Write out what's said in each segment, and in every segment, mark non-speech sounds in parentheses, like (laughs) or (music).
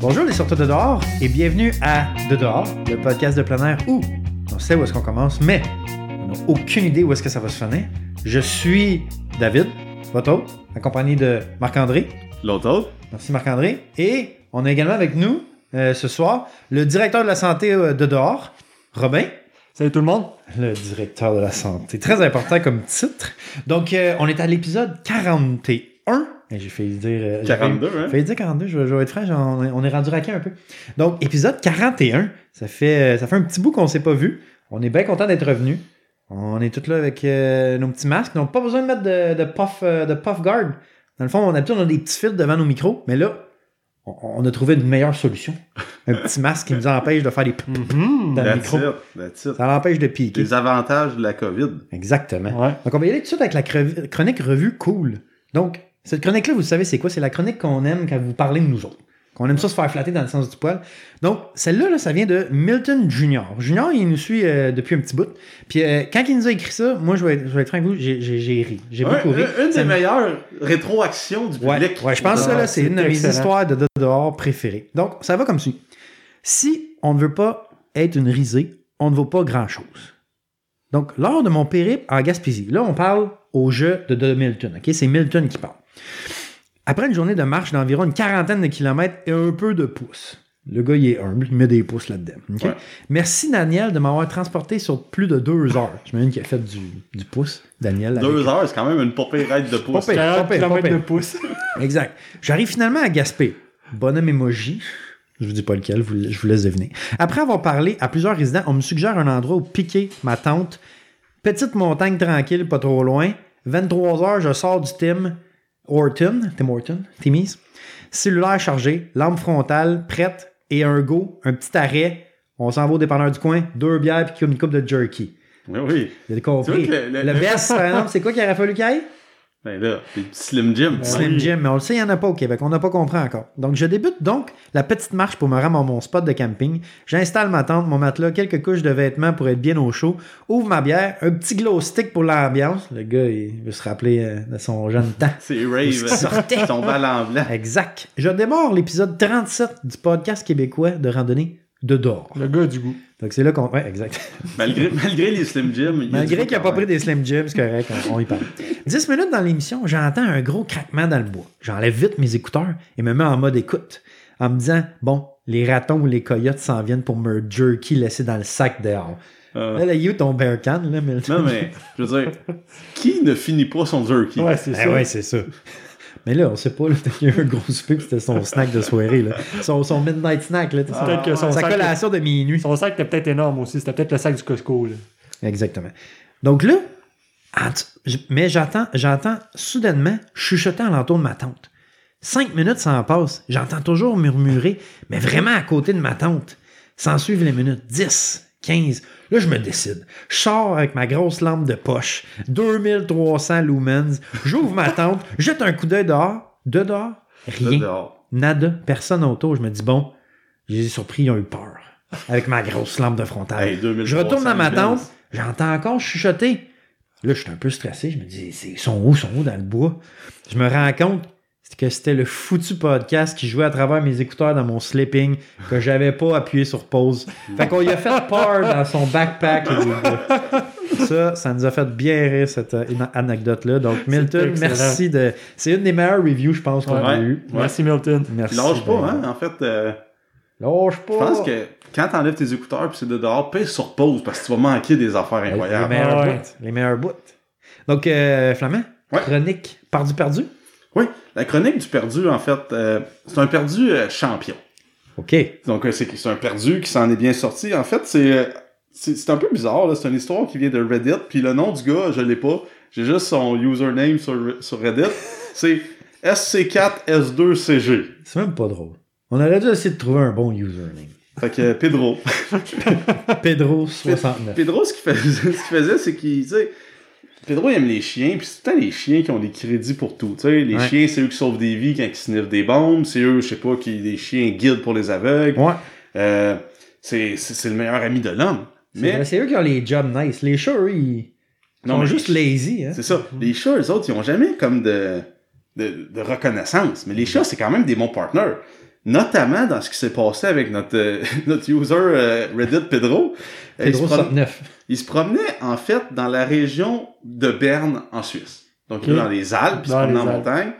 Bonjour les sorteurs de dehors et bienvenue à De dehors, le podcast de plein air où on sait où est-ce qu'on commence, mais on n'a aucune idée où est-ce que ça va se finir. Je suis David, votre hôte, accompagné de Marc-André. L'autre autre? Merci Marc-André. Et on a également avec nous euh, ce soir le directeur de la santé euh, de dehors, Robin. Salut tout le monde. Le directeur de la santé. Très important comme titre. Donc, euh, on est à l'épisode 41. Et J'ai failli dire. euh, j'ai failli- 42, hein? Failli dire 42, je vais, je vais être franc, j'en- on est- on est rendu raqué un peu. Donc, épisode 41, ça fait, euh, ça fait un petit bout qu'on s'est pas vu. On est bien content d'être revenu. On est tous là avec euh, nos petits masques. Donc, pas besoin de mettre de, de puff, euh, de puff guard. Dans le fond, on a, on a des petits fils devant nos micros, mais là, on, on a trouvé une meilleure solution. Un petit masque qui nous empêche de faire des... p- Mhm. dans le That's micro. it, that's it. Ça l'empêche de piquer. Les avantages de la COVID. Exactement. Ouais. Donc, on va y aller tout de suite avec la crev- chronique revue cool. Donc, cette chronique-là, vous savez, c'est quoi? C'est la chronique qu'on aime quand vous parlez de nous autres. Qu'on aime ça se faire flatter dans le sens du poil. Donc, celle-là, là, ça vient de Milton Junior. Junior, il nous suit euh, depuis un petit bout. Puis, euh, quand il nous a écrit ça, moi, je vais être, je vais être franc avec vous, j'ai j'ai- j'ai ri. J'ai Un- beaucoup ri. un- euh, une Ça des me- meilleures rétroactions du Ouais, public. Ah, ouais, je pense que là, c'est une de mes excellent. histoires de de- dehors préférées. Donc, ça va comme suit. Si on ne veut pas être une risée, on ne vaut pas grand-chose. Donc, lors de mon périple en Gaspésie, là, on parle au jeu de, de Milton. OK? C'est Milton qui parle. Après une journée de marche d'environ une quarantaine de kilomètres et un peu de pouces, le gars, il est humble, il met des pouces là-dedans. OK? Ouais. Merci, Daniel, de m'avoir transporté sur plus de deux heures. Je m'imagine qu'il a fait du, du pouce, Daniel. avec- Deux heures, c'est quand même une popée raide de pouce. Pas pire. 40 pas pire, pas km pire. de pouce. (laughs) Exact. J'arrive finalement à Gaspé. Bonhomme emoji. Je vous dis pas lequel, vous- je vous laisse deviner. Après avoir parlé à plusieurs résidents, on me suggère un endroit où piquer ma tente. Petite montagne tranquille, pas trop loin. 23 heures, je sors du Tim Horton. Tim Horton, Timmy's. Cellulaire chargé, lampe frontale, prête et un go, un petit arrêt. On s'en va au dépanneur du coin, deux bières puis une coupe de jerky. Oui, oui. Vous avez compris. Tu vois Le, que le- le- best, par exemple, c'est quoi qu'il aurait fallu qu'il aille? Ben là, des petits Slim Jim. Slim Oui. Jim, mais on le sait, il n'y en a pas au Québec. On n'a pas compris encore. Donc, je débute donc la petite marche pour me rendre à mon spot de camping. J'installe ma tente, mon matelas, quelques couches de vêtements pour être bien au chaud. Ouvre ma bière, un petit glow stick pour l'ambiance. Le gars, il veut se rappeler euh, de son jeune temps. C'est Où est-ce qu'il Rave. sortait? Ils tombent à l'enveloppe. Exact. Je démarre l'épisode 37 du podcast québécois de randonnée de dehors. Le gars du goût. Donc, c'est là qu'on. Ouais, exact. Malgré, malgré les Slim Jim. il y a du Malgré qu'il n'a pas quand pris même. des Slim Jim, c'est correct, on, on y (laughs) parle. Dix minutes dans l'émission, j'entends un gros craquement dans le bois. J'enlève vite mes écouteurs et me mets en mode écoute, en me disant bon, les ratons ou les coyotes s'en viennent pour me jerky laissé dans le sac dehors. Euh, Là, là, you ton bear can, là, mais. Non, mais je veux dire, qui ne finit pas son jerky? Ouais, c'est Ben ça. ouais, (laughs) c'est ça. (laughs) Mais là, on sait pas, là, il y a eu un gros souper, puis c'était son snack de soirée, là. Son, son midnight snack, là, tu sais, Peut-être que son- son sa sac, collation de minuit. son sac était peut-être énorme aussi. C'était peut-être le sac du Costco. Là. Exactement. Donc là, en dessous- je- mais j'entends, j'entends soudainement chuchoter alentour de ma tante. Cinq minutes s'en passent. J'entends toujours murmurer, mais vraiment à côté de ma tante. S'en suivent les minutes 10, 15. Là, je me décide. Je sors avec ma grosse lampe de poche, 2300 lumens. J'ouvre ma tente, jette un coup d'œil dehors. De dehors, Là, rien. dehors. Nada, personne autour. Je me dis, bon, je les ai surpris, ils ont eu peur. Avec ma grosse lampe de frontale. Hey, 2300 je retourne dans ma tente, lumens. j'entends encore chuchoter. Là, je suis un peu stressé. Je me dis, c'est- ils sont où, ils sont où dans le bois? Je me rends compte que c'était le foutu podcast qui jouait à travers mes écouteurs dans mon sleeping, que j'avais pas appuyé sur pause. Fait qu'on y a fait peur dans son backpack. le gars. Ça, ça nous a fait bien rire cette euh, ina- anecdote-là. Donc, Milton, excellent. merci de. C'est une des meilleures reviews, je pense, qu'on a Ouais. eues. Merci Milton. (laughs) Merci. Puis Lâche Ben, pas, hein? En fait, euh, Lâche pas. je pense que quand t'enlèves tes écouteurs puis c'est de dehors, pèse sur pause parce que tu vas manquer des affaires Les, incroyables. meilleurs Ouais. bouts. Les meilleurs bouts. Donc, euh, Flamand, Ouais. chronique perdu perdu. Oui, la chronique du perdu, en fait, euh, c'est un perdu euh, champion. OK. Donc, euh, c'est c'est un perdu qui s'en est bien sorti. En fait, c'est euh, c'est c'est un peu bizarre. là. C'est une histoire qui vient de Reddit. Puis le nom du gars, je l'ai pas. J'ai juste son username sur, Re- sur Reddit. C'est SC4S2CG. C'est même pas drôle. On aurait dû essayer de trouver un bon (laughs) username. Fait que euh, Pedro. Pedro69. Pedro, ce qu'il faisait, (laughs) ce qu'il faisait, c'est qu'il, tu sais, Pedro il aime les chiens, puis c'est tout le temps les chiens qui ont des crédits pour tout. Tu sais, les Ouais. chiens, c'est eux qui sauvent des vies quand ils sniffent des bombes. C'est eux, je sais pas, qui les chiens guides pour les aveugles. Ouais. Euh, c'est c'est- c'est le meilleur ami de l'homme. Mais Mais c'est eux qui ont les jobs nice. Les chats, eux, ils sont mais juste les- lazy. Hein? C'est ça. Les chats, eux autres, ils ont jamais comme de, de, de reconnaissance. Mais les chats, c'est quand même des bons partenaires. notamment dans ce qui s'est passé avec notre, (laughs) euh, notre user euh, Reddit Pedro. Euh, il, se Pedro prom- 69. il se promenait, en fait, dans la région de Berne, en Suisse. Donc, il Ok. est dans les Alpes, il se Dans promenait les en Alpes. montagne.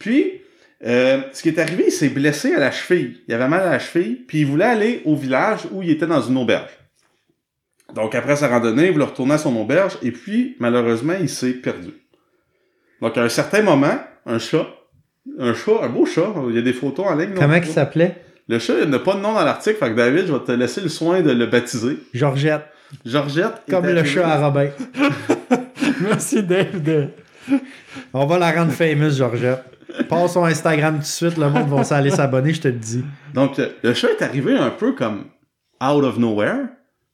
Puis, euh, ce qui est arrivé, il s'est blessé à la cheville. Il avait mal à la cheville, puis il voulait aller au village où il était dans une auberge. Donc, après sa randonnée, il voulait retourner à son auberge, et puis, malheureusement, il s'est perdu. Donc, à un certain moment, un chat, un chat, un beau chat, il y a des photos en ligne. non? Comment il s'appelait? Le chat, il n'a pas de nom dans l'article, fait que David, je vais te laisser le soin de le baptiser. Georgette. Georgette. est Comme le arrivée- chat à Robin. Merci, Dave. De... On va la (laughs) rendre fameuse, Georgette. Passe son Instagram tout de suite, le monde va s'aller s'abonner, je te le dis. Donc, euh, le chat est arrivé un peu comme out of nowhere,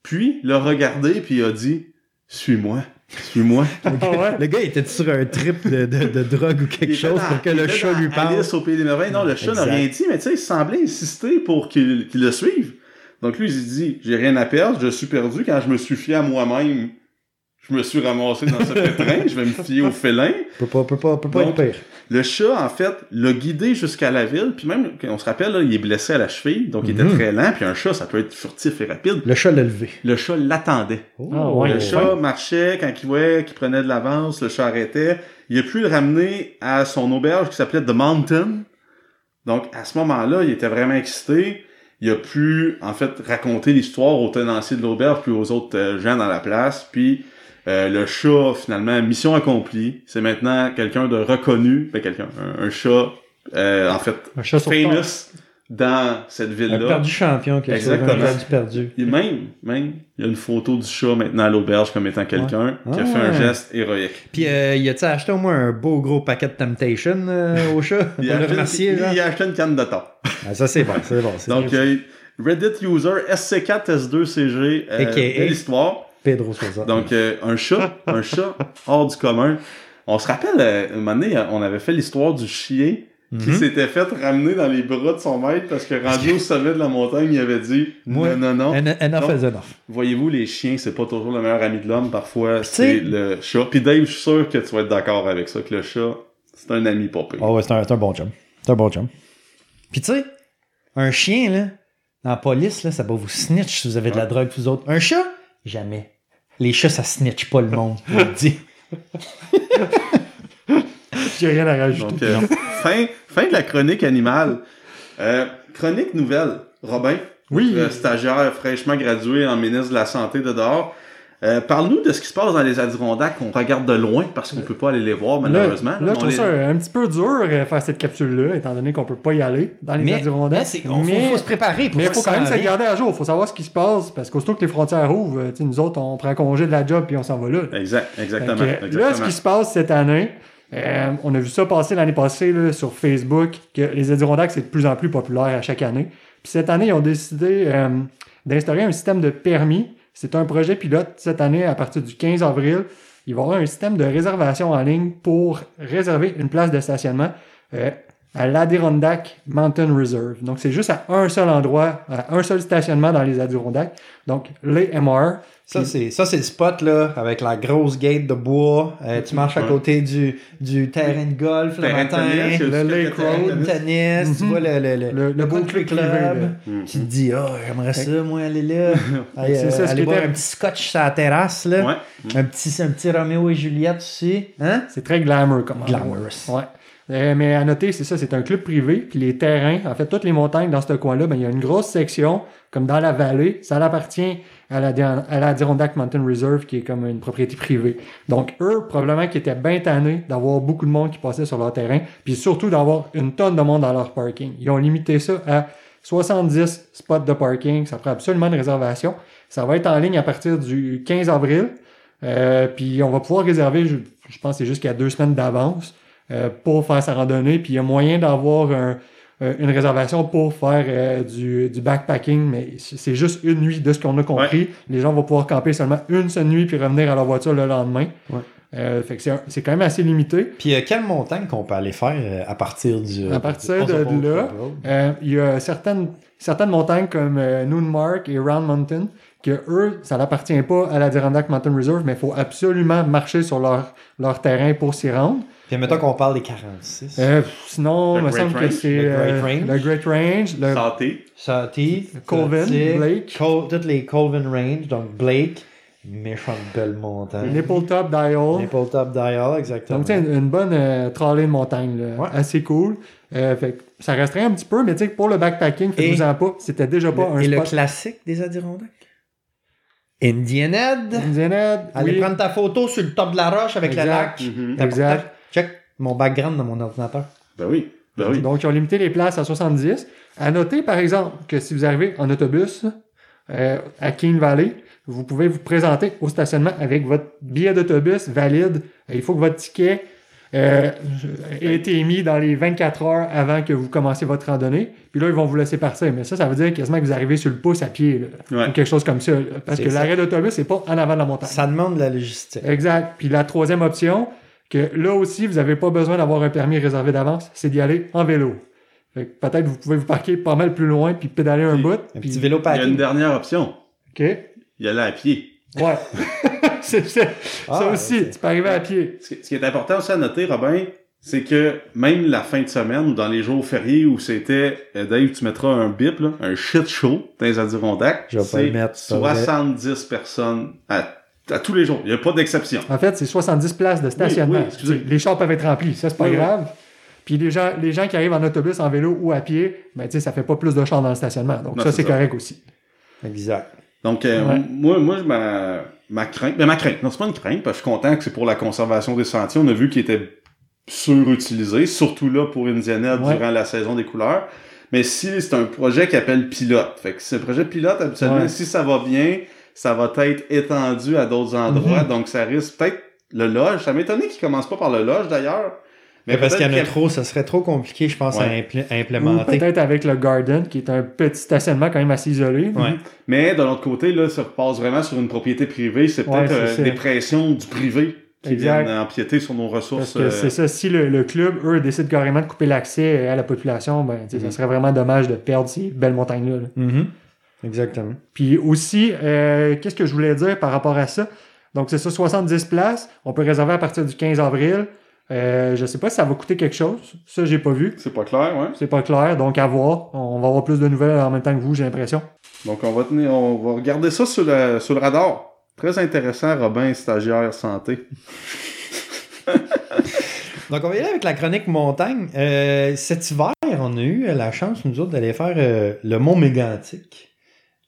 puis l'a regardé, puis il a dit Suis-moi, suis-moi. Ah ouais? Le gars il était sur un trip de, de- de drogue ou (laughs) Il quelque était chose dans- pour que il le était chat dans lui parle. Alice au Pays des Merveilles. Non, le chat n'a Exact. rien dit, mais tu sais, il semblait insister pour qu'il qu'il le suive. Donc, lui, il s'est dit J'ai rien à perdre, je suis perdu. Quand je me suis fié à moi-même, je me suis ramassé (laughs) dans ce pétrin, je vais me fier au félin. Peut pas, peut pas, peut pas Donc, être pire. Le chat, en fait, l'a guidé jusqu'à la ville, puis même, on se rappelle, là, il est blessé à la cheville, donc il Mhm. était très lent, puis un chat, ça peut être furtif et rapide. Le chat l'a levé. Le chat l'attendait. Ah ouais, Le Oh. chat marchait quand il voyait qu'il prenait de l'avance, le chat arrêtait. Il a pu le ramener à son auberge qui s'appelait The Mountain. Donc, à ce moment-là, il était vraiment excité. Il a pu, en fait, raconter l'histoire aux tenanciers de l'auberge puis aux autres euh, gens dans la place. Puis, euh, le chat, finalement, mission accomplie. C'est maintenant quelqu'un de reconnu, ben, quelqu'un, un, un chat, euh, en fait, Un chat sur terre. famous dans cette Un ville-là. perdu champion, quelque chose. Un Exactement. perdu perdu. Il y a même, même, il y a une photo du chat maintenant à l'auberge comme étant quelqu'un qui a fait Ah. un geste héroïque. Puis, euh, il a-tu acheté au moins un beau gros paquet de Temptation euh, au chat? pour Il a, le acheté remercier, une, là? il a acheté une canne de temps. Ah, ça, c'est bon, c'est bon. c'est Donc, bon. euh, Reddit user SC4S2CG, euh, AKA. belle histoire. Pedro Sosa. Donc, euh, un chat, un chat hors du commun. On se rappelle, euh, un moment donné, euh, on avait fait l'histoire du chien qui Mhm. s'était fait ramener dans les bras de son maître parce que rendu au sommet de la montagne, il avait dit Moi, non, non, non. En- Enough Non. is enough. Voyez-vous, les chiens, c'est pas toujours le meilleur ami de l'homme. Parfois, c'est le chat. Puis Dave, je suis sûr que tu vas être d'accord avec ça, que le chat, c'est un ami pas pire. Ah ouais, c'est un, c'est un bon chum. C'est un bon chum. Puis tu sais, un chien, là, dans la police, là, ça va vous snitch si vous Ah. avez de la drogue, vous autres. Un chat, jamais. Les chats, ça snitch pas le monde, je vous le dis. J'ai rien à rajouter. Donc, euh, (laughs) fin, fin de la chronique animale. Euh, chronique nouvelle. Robin, Oui. le stagiaire fraîchement gradué en ministre de la Santé de dehors. Euh, Parle-nous de ce qui se passe dans les Adirondacks qu'on regarde de loin parce qu'on peut pas aller les voir malheureusement. Là, là, On je trouve les- ça un, un petit peu dur euh, faire cette capsule-là, étant donné qu'on peut pas y aller dans les Mais, Adirondacks. mais c'est- on- faut, faut se préparer pour mais ça il faut que ça quand même en se vienne. garder à jour. Il faut savoir ce qui se passe, parce qu'aussitôt que les frontières ouvrent, euh, tu sais, nous autres, on prend congé de la job puis on s'en va là. Exact, exactement. Fait que, Là, ce exactement. qui se passe cette année, euh, on a vu ça passer l'année passée là, sur Facebook, que les Adirondacks, c'est de plus en plus populaire à chaque année. Puis cette année, ils ont décidé euh, d'instaurer un système de permis. C'est un projet pilote cette année à partir du 15 avril. Il va y avoir un système de réservation en ligne pour réserver une place de stationnement euh, à l'Adirondack Mountain Reserve. Donc, c'est juste à un seul endroit, à un seul stationnement dans les Adirondacks. Donc, les MR. Ça, c'est, ça, c'est le spot, là, avec la grosse gate de bois. Euh, tu marches à Ouais. côté du, du terrain de golf le Terrain de matin. tennis, il y a le du lake terrain de road, tennis. tennis. Tu Mhm. vois le, le, le, Le- le beau country club privé, là. Mhm. Tu te dis, ah, j'aimerais ça, moi, aller (laughs) là. Aller, C'est euh, ça, ce aller qui boire était- un petit scotch sur la terrasse, là. Ouais. Un petit, un petit Roméo et Juliette aussi. Hein? C'est très glamour comme endroit. Glamorous. Ouais. Euh, mais à noter, c'est ça, c'est un club privé, puis les terrains, en fait, toutes les montagnes dans ce coin-là, ben, il y a une grosse section, comme dans la vallée, ça appartient à la, à la Adirondack Mountain Reserve, qui est comme une propriété privée. Donc, eux, probablement qu'ils étaient bien tannés d'avoir beaucoup de monde qui passait sur leur terrain, puis surtout d'avoir une tonne de monde dans leur parking. Ils ont limité ça à 70 spots de parking, ça prend absolument une réservation. Ça va être en ligne à partir du 15 avril, euh, puis on va pouvoir réserver, je, je pense, que c'est jusqu'à deux semaines d'avance euh, pour faire sa randonnée. Puis il y a moyen d'avoir un- euh, une réservation pour faire euh, du, du backpacking, mais c- c'est juste une nuit de ce qu'on a compris. Les gens vont pouvoir camper seulement une seule nuit puis revenir à leur voiture le lendemain. Ouais. Euh, fait que c'est un- c'est quand même assez limité. Puis euh, quelle montagne qu'on peut aller faire euh, à partir du... À partir du- de- de là, Osborne Road? Euh, il y a certaines, certaines montagnes comme euh, Noonmark et Round Mountain que eux, ça n'appartient pas à la Dirondack Mountain Reserve, mais il faut absolument marcher sur leur, leur terrain pour s'y rendre. Puis mettons qu'on parle des 46. Euh, sinon, Le il me Great semble que Range, c'est le Great euh, Range. le Great Range, le Santé. Sati, Colvin, Kotick, Blake. Col- toutes les Colvin Range, donc Blake, méchante belle montagne. Nipple Top Dial. Nipple Top Dial, exactement. Donc, tu sais, une, une bonne euh, trolley de montagne, là. Ouais. assez cool. Euh, fait que ça resterait un petit peu, mais tu sais, que pour le backpacking, faites-vous-en pas. C'était déjà pas Le- et un le spot. classique des Adirondacks? Indian Head. Indianhead, Aller oui. prendre ta photo sur le top de la roche avec la Exact. lac. Mhm. Tac, Exact. tac, Check mon background dans mon ordinateur. Ben oui. Ben oui. Donc, ils ont limité les places à 70. À noter, par exemple, que si vous arrivez en autobus euh, à King Valley, vous pouvez vous présenter au stationnement avec votre billet d'autobus valide. Et Il faut que votre ticket euh, ait été émis dans les 24 heures avant que vous commenciez votre randonnée. Puis là, ils vont vous laisser partir. Mais ça, ça veut dire quasiment que vous arrivez sur le pouce à pied. là. Ouais. Ou quelque chose comme ça. là. Parce C'est que ça. l'arrêt d'autobus, c'est pas en avant de la montagne. Ça demande de la logistique. Exact. Puis la troisième option, que là aussi, vous n'avez pas besoin d'avoir un permis réservé d'avance, c'est d'y aller en vélo. Fait que peut-être vous pouvez vous parquer pas mal plus loin puis pédaler un Puis, bout. Un puis- petit vélo Il y a une packing. dernière option. OK. Ouais. (laughs) Il y a là à pied. C'est- c'est- Ah, ça aussi, ok. tu peux arriver à pied. Ce qui ce qui est important aussi à noter, Robin, c'est que même la fin de semaine ou dans les jours fériés où c'était euh, Dave, tu mettras un bip, là, un shit show dans les Adirondacks, Je vais pas c'est le mettre, c'est pas vrai. 70 personnes à, à tous les jours. Il n'y a pas d'exception. En fait, c'est 70 places de stationnement. oui, excusez. les chars peuvent être remplis, ça, c'est pas Oui, oui. grave. Puis les gens, les gens qui arrivent en autobus, en vélo ou à pied, ben, tu sais, ça fait pas plus de chars dans le stationnement. Donc Non, ça, c'est c'est ça. correct aussi. Exact. Donc, euh, Ouais. moi, moi, je- ma, ma crainte, mais ma crainte, non, c'est pas une crainte, parce que je suis content que c'est pour la conservation des sentiers. On a vu qu'ils étaient surutilisés, surtout là pour Indiana Ouais. durant la saison des couleurs. Mais si c'est un projet qui appelle pilote, fait que c'est un projet pilote, habituellement, Ouais. si ça va bien, ça va être étendu à d'autres endroits, Mhm. donc ça risque peut-être le loge. Ça m'étonnait qu'il commence pas par le loge d'ailleurs. Mais parce qu'il y en a peut-être trop, ça serait trop compliqué, je pense, à Ouais. implé- Ou implémenter. peut-être avec le garden, qui est un petit stationnement quand même assez isolé. Ouais. Mais de l'autre côté, là, ça repasse vraiment sur une propriété privée. C'est Ouais, peut-être c'est euh, ça. des pressions du privé qui Exact. viennent empiéter sur nos ressources. Parce que euh, c'est ça, si le, le club, eux, décide carrément de couper l'accès à la population, ben, tu sais, ça serait vraiment dommage de perdre ces belles montagnes-là. là. Mhm. Exactement. Puis aussi, euh, qu'est-ce que je voulais dire par rapport à ça? Donc, c'est ça, 70 places. On peut réserver à partir du 15 avril. Euh, je sais pas si ça va coûter quelque chose. Ça, j'ai pas vu. C'est pas clair, ouais. C'est pas clair, donc à voir. On va avoir plus de nouvelles en même temps que vous, j'ai l'impression. Donc on va tenir, on va regarder ça sur le, sur le radar. Très intéressant, Robin, stagiaire santé. Donc, on va y aller avec la chronique montagne. Euh, cet hiver, on a eu la chance, nous autres, d'aller faire euh, le Mont Mégantic,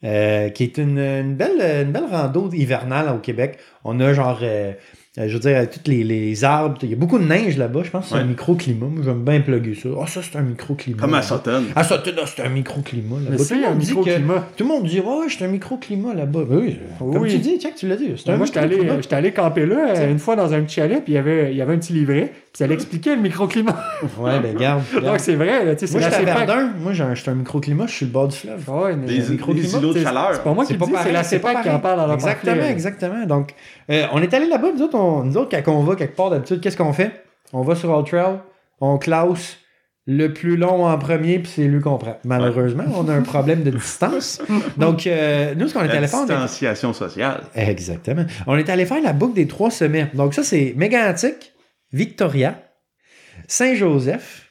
euh, qui est une, une belle, une belle rando hivernale au Québec. On a genre, euh, euh, je veux dire, tous les, les arbres. Il y a beaucoup de neige là-bas. Je pense que c'est Ouais. un microclimat. Moi, j'aime bien plugger ça. Ah, ça, c'est un microclimat. Comme à là-bas. Sutton. Ah, ça, t'es là, c'est un microclimat Mais là-bas. Tout, c'est le un monde dit que- microclimat. tout le monde dit, ouais, c'est un microclimat là-bas. Ben Oui, Oui. comme tu dis, check, tu l'as dit. C'est un Moi, j'étais allé, euh, microclimat. j'étais allé camper là euh, une fois dans un petit chalet, puis il y avait, il y avait un petit livret, puis Mmh. ça l'expliquait le microclimat. Ouais, ben, (laughs) garde. Donc, garde. c'est vrai, là, tu sais, Moi, c'est j'étais à assez pas- Verdun. Moi, j'ai un- j'étais un microclimat. Je suis le bord du fleuve. Ah Ouais, mais- Des, le des microclimat, îlots de c'est- chaleur. C'est pas moi qui C'est le pas Ah, dis, c'est pareil, la c'est pas CEPAC qui en pareil. parle dans leur Exactement, pamphlet. exactement. Donc, euh, on est allé là-bas, nous autres, on, nous autres, quand on va quelque part d'habitude, qu'est-ce qu'on fait? On va sur All Trail, on classe le plus long en premier, puis c'est lui qu'on prend. Malheureusement, on a un problème de distance. Donc, euh, nous, ce qu'on est La allé faire, on est- distanciation sociale. Exactement. On est allé faire la boucle des trois sommets. Donc, ça, c'est Mégantic, Victoria, Saint-Joseph,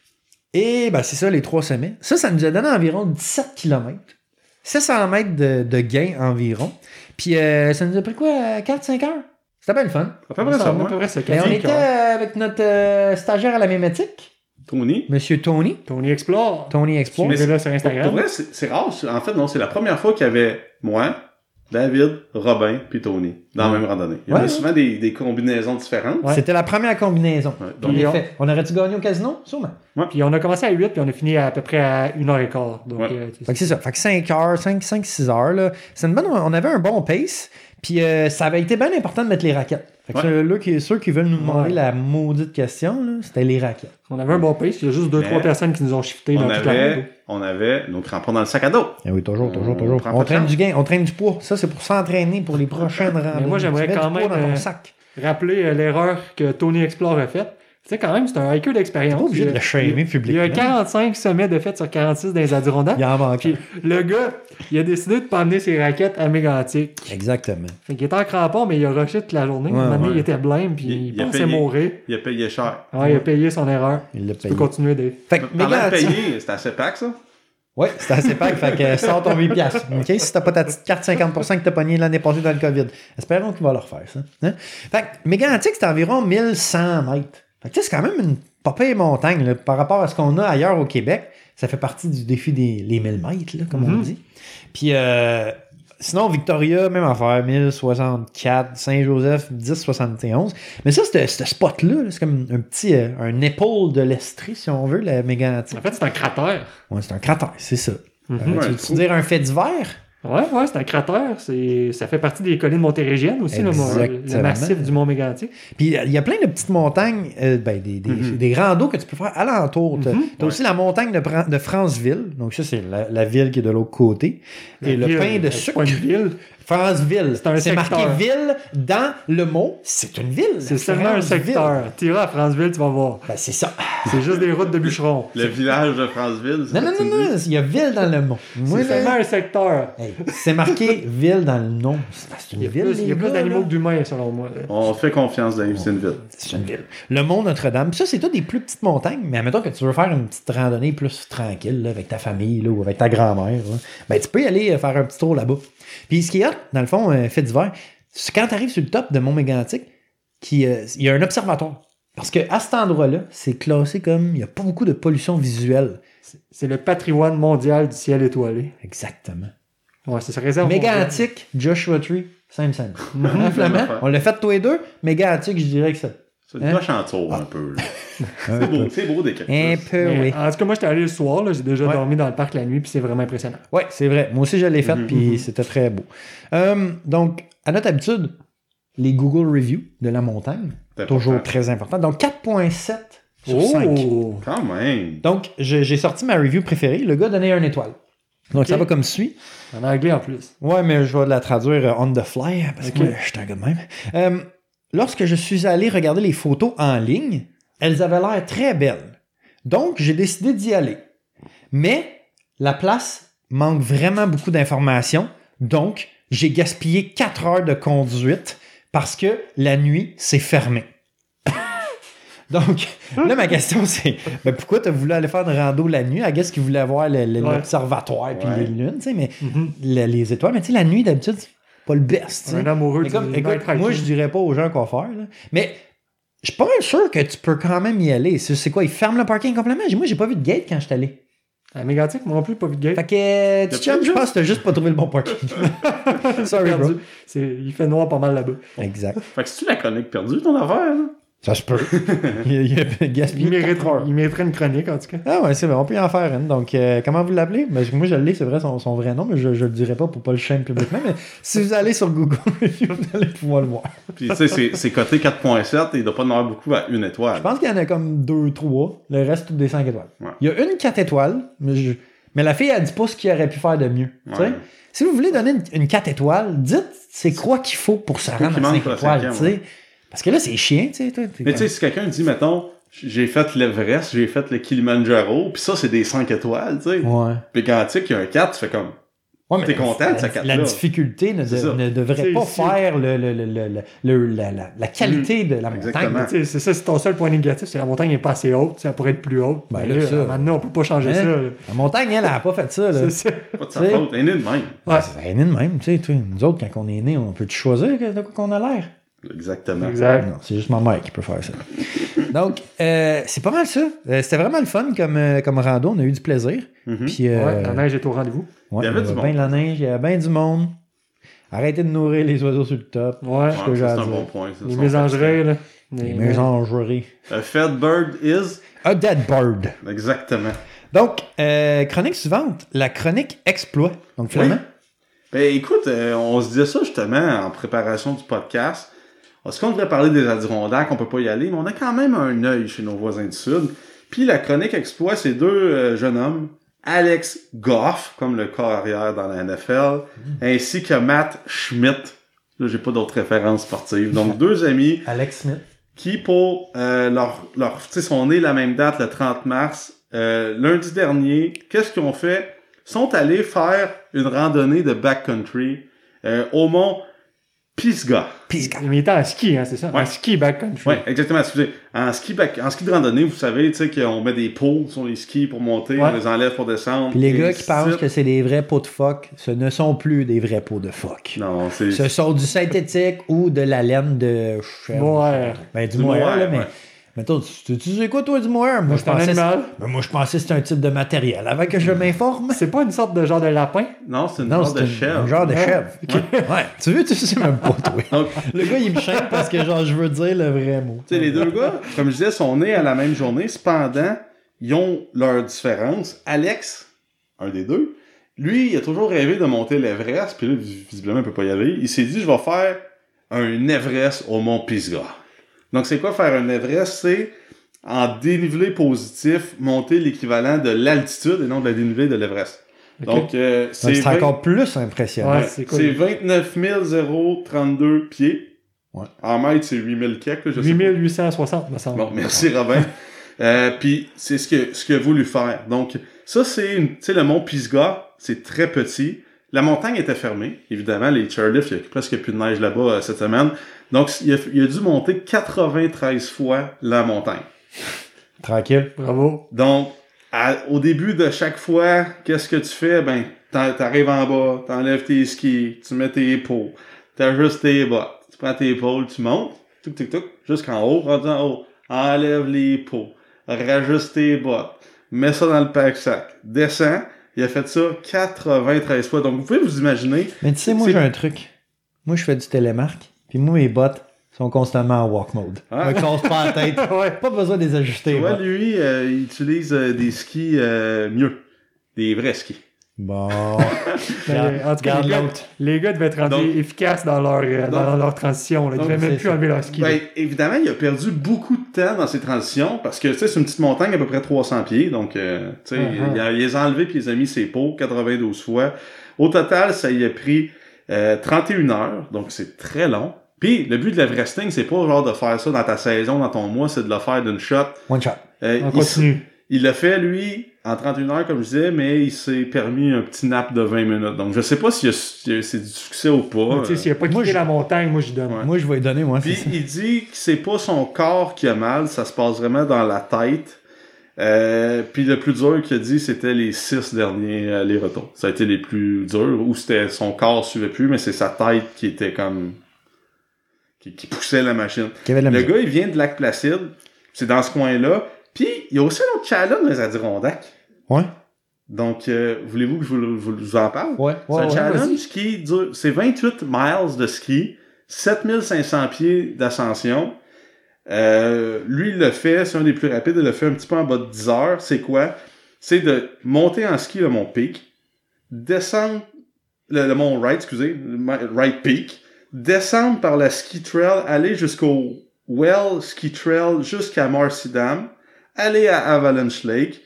et ben, c'est ça, les trois sommets. Ça, ça nous a donné environ 17 km. 700 mètres de, de gain environ. Puis euh, ça nous a pris quoi, 4-5 heures? C'était bien le fun. À peu près ça, Ça, à moi. peu près, c'est Mais on quasi- était euh, avec notre euh, stagiaire à la mémétique, Tony. Monsieur Tony, Tony Explore. Tony Explore. Mais- Suivez-le sur Pour pour Instagram. vrai, c'est c'est rare. c'est- En fait, non, c'est la première fois qu'il y avait moi, David, Robin, puis Tony dans la Ouais. même randonnée. Il y avait Ouais. souvent des, des combinaisons différentes. Ouais. C'était la première combinaison. Ouais, En donc, Puis on- effet. On aurait-tu gagné au casino? Sûrement. Puis on a commencé à 8, puis on a fini à, à peu près à 1 heure et quart. Donc, Ouais. euh, tu sais, Fait que c'est ça. Fait que 5 heures, 5, 5, 6 heures, là. C'est une bonne, on avait un bon pace. Puis euh, ça avait été bien important de mettre les raquettes. Fait que Ouais. ceux, là, qui, ceux qui veulent nous demander Ouais. la maudite question, là, c'était les raquettes. on avait un bon pace. Il y a juste deux, Mais trois personnes qui nous ont shifté on dans toute la route. avait, on avait nos crampons dans le sac à dos. Eh oui, toujours, toujours, Euh, On toujours. prend On, pas de traîne chance. du gain, on traîne du poids. Ça, c'est pour s'entraîner pour les prochaines randonnées. moi, j'aimerais Tu mets du quand poids même, dans ton euh, sac. Rappelez euh, l'erreur que Tony Explore a faite. Tu sais, quand même, c'est un hiker d'expérience. Pas obligé de Il y a- le shamer Il y a publiquement. 45 sommets de fait sur 46 dans les Adirondacks. Il en manque. Puis le gars, il a décidé de pas amener ses raquettes à Mégantic. Exactement. Fait qu'il était en crampon, mais il a rushé toute la journée. Ouais, Un moment donné, ouais. il était blême, puis Il- il, il a pensait payé. mourir. Il a payé cher. Ouais, Il a payé son erreur. Il l'a Tu payé. peux continuer, Dave. Fait que, Par là, méga, tiens. payé, c'est assez pack, ça. Ouais, c'est assez pack. fait que euh, sors ton 8 piastres. OK? Si t'as pas ta petite carte 50% que t'as pogné l'année passée dans le COVID. Espérons qu'il va le refaire, ça. Hein? Fait que Mégantic, c'est environ 1100 mètres. Fait que tu sais, c'est quand même une pas pire montagne là, par rapport à ce qu'on a ailleurs au Québec. Ça fait partie du défi des les 1000 mètres, là, comme on Mhm. dit. Puis euh, sinon, Victoria, même affaire, 1064, Saint-Joseph, 1071. Mais ça, c'est ce spot-là, là, c'est comme un petit, euh, un épaule de l'Estrie, si on veut, la Mégantic. En fait, c'est un cratère. Ouais, c'est un cratère, c'est ça. Mhm. Euh, Ouais, tu je veux-tu trouve. dire un fait divers? Ouais, ouais, c'est un cratère. C'est... Ça fait partie des collines montérégiennes aussi, le, mont- le Exactement. massif du mont Mégantic. Puis euh, il y a plein de petites montagnes, euh, ben, des, des, Mhm. des randos que tu peux faire alentour. T'as Mhm. t'as aussi la montagne de, Fran- de Franceville. Donc ça, c'est la, la ville qui est de l'autre côté. Et le pain de sucre. Pas une ville. Franceville. C'est un C'est marqué secteur. ville dans le mot. C'est une ville. C'est seulement un Franceville. secteur. T'iras à Franceville, tu vas voir. Ben, c'est ça. C'est juste des routes de bûcherons. Le village de Franceville. c'est Non, ça non, que tu non, me dis? non. Il y a ville dans le mot. Moi, C'est là, seulement un secteur. hey, c'est marqué ville dans le nom. C'est c'est une Il y a ville. plus, il y a les plus gars, d'animaux là. que d'humains, selon moi. On fait confiance, Dave, c'est une ville. C'est une ville. Le Mont Notre-Dame. Ça, c'est toutes des plus petites montagnes, mais admettons que tu veux faire une petite randonnée plus tranquille là, avec ta famille là, ou avec ta grand-mère. là. Ben, tu peux y aller euh, faire un petit tour là-bas. Puis ce qui est hot, dans le fond, euh, fait d'hiver, c'est quand tu arrives sur le top de Mont-Mégantic, qui, euh, il y a un observatoire. Parce que à cet endroit-là, c'est classé comme il n'y a pas beaucoup de pollution visuelle. C'est- C'est le patrimoine mondial du ciel étoilé. Exactement. Ouais, c'est ce réserve. Mhm. Méga mondiale. antique, Joshua Tree, (laughs) Simpson. Même Flamand, affaire. on l'a fait tous les deux. Méga antique, je dirais que ça. C'est une Hein? coche en tour, un peu. là. Un C'est beau, peu, c'est beau des un cactus. peu Mais Euh, oui. En tout cas, moi, j'étais allé le soir, là, j'ai déjà Ouais. dormi dans le parc la nuit, puis c'est vraiment impressionnant. Ouais, c'est vrai. Moi aussi, je l'ai faite, Mhm. puis c'était très beau. Euh, donc, à notre habitude, les Google Reviews de la montagne, C'est toujours important. très important. Donc, 4.7 sur 5. Oh! Quand même. Donc, je- j'ai sorti ma review préférée. Le gars donnait une étoile. Donc, Ok. ça va comme suit. En anglais en plus. Ouais, mais je vais la traduire euh, on the fly, hein, parce Ok. que moi, je suis un gars de même. Euh, lorsque je suis allé regarder les photos en ligne, elles avaient l'air très belles. Donc, j'ai décidé d'y aller. Mais la place manque vraiment beaucoup d'informations. Donc, j'ai gaspillé 4 heures de conduite parce que la nuit, c'est fermé. (laughs) Donc, là, ma question, c'est ben, pourquoi tu as voulu aller faire de rando la nuit? I guess qu'ils voulaient voir le- le- Ouais. l'observatoire puis Ouais. les lunes, tu sais, mais Mhm. le- les étoiles. Mais tu sais, la nuit, d'habitude, c'est pas le best. tu sais. Un amoureux Mais comme, du écoute, night hiking. moi, je dirais pas aux gens quoi faire. là. Mais je suis pas mal sûr que tu peux quand même y aller. C'est c'est quoi? Ils ferment le parking complètement? Moi, j'ai pas vu de gate quand je suis allé. À Mégantic, Ah, moi non plus, pas vu de gate. Fait que, euh, tu chum, je pense que t'as juste pas trouvé le bon parking. (laughs) Sorry, bro. Perdu. C'est- Il fait noir pas mal là-bas. Exact. Fait que c'est-tu la chronique perdue, ton affaire? là? Ça se (laughs) peut. il, y a- il y a gaspillé Il mérite- quatre heures. il mériterait une chronique, en tout cas. Ah ouais, c'est vrai, on peut y en faire une. Donc, euh, comment vous l'appelez? Ben, je- moi, je l'ai, c'est vrai, son, son vrai nom, mais je, je le dirai pas pour pas le shame publiquement. Mais si vous allez sur Google, (laughs) vous allez pouvoir le voir. Puis, tu sais, c'est- c'est coté 4.7 et il doit pas en avoir beaucoup à une Je étoile. pense qu'il y en a comme deux, trois. Le reste, toutes des cinq étoiles. Ouais. Il y a une quatre étoiles, mais, je- mais la fille, elle dit pas ce qu'il aurait pu faire de mieux. tu sais. Ouais. Si vous voulez donner une, une quatre étoiles, dites c'est quoi qu'il faut pour se quoi rendre qu'il à cinq manque pour la étoiles. cinquième, tu sais. ouais. Parce que là, c'est chiant. tu sais, toi, t'es Mais comme- tu sais, si quelqu'un dit, mettons, j'ai fait l'Everest, j'ai fait le Kilimanjaro, puis ça, c'est des 5 étoiles, tu sais. Ouais. Puis quand tu sais qu'il y a un 4, tu fais comme. Ouais, mais T'es la- content de la, sa carte La là. difficulté ne, de- C'est ça. ne devrait C'est- pas c'est- faire le, le- le- le- le- le- la, la- la qualité de la Mm. Exactement. montagne. Tu sais, C'est ça, c'est ton seul point négatif, c'est que la montagne n'est pas assez haute, ça pourrait être plus haute. Ben Mais là, là, ça- maintenant, on peut pas changer Hein? ça. là. La montagne, elle, elle a pas fait ça. Là. C'est ça. Pas de sa Tu sais. faute, elle est née de même. Ouais. C'est né de même. tu sais, toi. Nous autres, quand on est né, on peut choisir que- de quoi qu'on a l'air. Exactement. Exact. Ben, Non, c'est juste ma mère qui peut faire ça. Donc, euh, c'est pas mal ça. Euh, C'était vraiment le fun comme, euh, comme rando. On a eu du plaisir. Mhm. Puis, euh, Ouais, la neige est au rendez-vous. ouais, Il y avait du bien monde. de la neige, il y avait bien du monde. Arrêtez de nourrir les oiseaux sur le top. Ouais. Ouais, que j'ai ça, à c'est un dire. bon point. ça, Les ça, mésangeries, là. Les Les- mésangeries. c'est- A fed bird is. A dead bird. Exactement. Donc, euh, chronique suivante, la chronique exploit. Donc, Oui. finalement, Ben écoute, euh, on se disait ça justement en préparation du podcast. Est-ce qu'on devrait parler des Adirondacks? On peut pas y aller, mais on a quand même un œil chez nos voisins du Sud. Puis la chronique exploit ces deux euh, jeunes hommes, Alex Goff, comme le corps arrière dans la NFL, Mm. ainsi (laughs) que Matt Schmidt. Là, j'ai pas d'autres références sportives. Donc, deux amis Alex Smith. qui pour euh, leur, leur tu sais, sont nés la même date, le 30 mars, euh, lundi dernier, qu'est-ce qu'ils ont fait? Sont allés faire une randonnée de backcountry euh, au mont Pisgah. Mais il était en ski, hein, c'est ça? Ouais. En ski backcountry. Oui, exactement. Excusez. En ski, back- en ski de randonnée, vous savez, tu sais, qu'on met des pots sur les skis pour monter, Ouais. on les enlève pour descendre. Puis les et gars ainsi qui de pensent suite. que c'est des vrais pots de phoque, ce ne sont plus des vrais pots de phoque. Non, c'est... Ce sont du synthétique ou de la laine de chèvre. Mohair. Ben, du Du mohair, mohair, là, mais. ouais. Mettons, tu, tu sais quoi, toi, du mohair? Moi, je C'est un pensais. animal. Ben, moi, je pensais que c'était un type de matériel. Avant que je m'informe. C'est pas une sorte de genre de lapin? Non, c'est une Non, sorte c'est de un, un chèvre. genre de Hein? chèvre. Ouais. Tu veux, tu sais même pas, toi. Donc, Le gars, il me chaîne parce que, genre, je veux dire le vrai mot. tu sais, les deux gars, comme je disais, sont nés à la même journée. Cependant, ils ont leurs différences. Alex, un des deux, lui, il a toujours rêvé de monter l'Everest, puis là, vis- visiblement, il peut pas y aller. Il s'est dit, je vais faire un Everest au mont Pisgah. Donc, c'est quoi faire un Everest? C'est, en dénivelé positif, monter l'équivalent de l'altitude et non de la dénivelé de l'Everest. Ok. Donc, euh, Donc, c'est C'est 20 encore plus impressionnant. Ouais. Ouais, c'est c'est quoi, lui? 29 032 pieds. Ouais. En mètres, c'est 8000 quelques, je sais pas. 8860, me semble. Bon, merci Robin. Euh, Puis c'est ce que ce que voulu faire. Donc ça c'est une- tu sais le mont Pisgah, c'est très petit. La montagne était fermée, évidemment les chairlifts, il y a presque plus de neige là-bas euh, cette semaine. Donc il a, il a dû monter 93 fois la montagne. Tranquille. Bravo. (laughs) Donc à- au début de chaque fois, qu'est-ce que tu fais Ben t'en- t'arrives en bas, t'enlèves tes skis, tu mets tes pots, t'ajustes tes bottes, tu prends tes pôles, tu montes, tuk tuk tuk, jusqu'en haut, rendu en haut, enlève les pots, rajuste tes bottes, mets ça dans le pack-sac, descends, il a fait ça 93 fois. Donc vous pouvez vous imaginer, Mais tu sais, moi, C'est- j'ai un truc. Moi, je fais du télémarque. Puis moi, mes bottes sont constamment en walk mode. Ah. Je me casse pas la tête. ouais. Pas besoin de les ajuster. tu vois, moi. lui, euh, il utilise euh, des skis euh, mieux, des vrais skis. (laughs) Bon. Mais, en tout cas, Garde les gars, l'autre. les gars devaient être rendus Donc- efficaces dans leur, euh, Donc- dans leur transition. Là. Ils Donc, devaient même c'est plus ça. enlever leur ski. là. Ben, évidemment, il a perdu beaucoup de temps dans ses transitions parce que, tu sais, c'est une petite montagne à peu près 300 pieds. Donc, euh, tu sais, Mhm. il, a, il les a enlevés puis il les a mis ses pots 92 fois. Au total, ça y a pris euh, 31 heures. Donc, c'est très long. Puis, le but de l'Everesting, c'est pas genre de faire ça dans ta saison, dans ton mois, c'est de le faire d'une shot. One shot. Euh, On il s- continue. il l'a fait, lui, en 31 heures, comme je disais, mais il s'est permis un petit nap de 20 minutes. Donc, je sais pas si c'est du succès ou pas. Tu sais, s'il a pas Moi, quitté je- la montagne, moi, j'y donne. Ouais. Moi, je vais lui donner, moi. c'est Puis ça. il dit que c'est pas son corps qui a mal, ça se passe vraiment dans la tête. Euh, puis le plus dur qu'il a dit, c'était les six derniers allers-retours. Ça a été les plus durs, où c'était son corps suivait plus, mais c'est sa tête qui était comme... qui, qui poussait la machine. Qu'il y avait de la Le musique. gars, il vient de Lac-Placide, c'est dans ce coin-là. Puis il y a aussi un autre challenge dans les Adirondacks. Ouais. Donc, euh, voulez-vous que je vous, le- vous- je vous en parle? Ouais. C'est ouais, un ouais, vas-y. challenge qui dure, c'est 28 miles de ski, 7500 pieds d'ascension. Euh, lui, il le fait, c'est un des plus rapides, il le fait un petit peu en bas de 10 heures. C'est quoi? C'est de monter en ski le mont Peak, descendre le, le mont Wright, excusez, le ma- Wright Peak, descendre par la ski trail, aller jusqu'au Well Ski Trail jusqu'à Marcy Dam, aller à Avalanche Lake,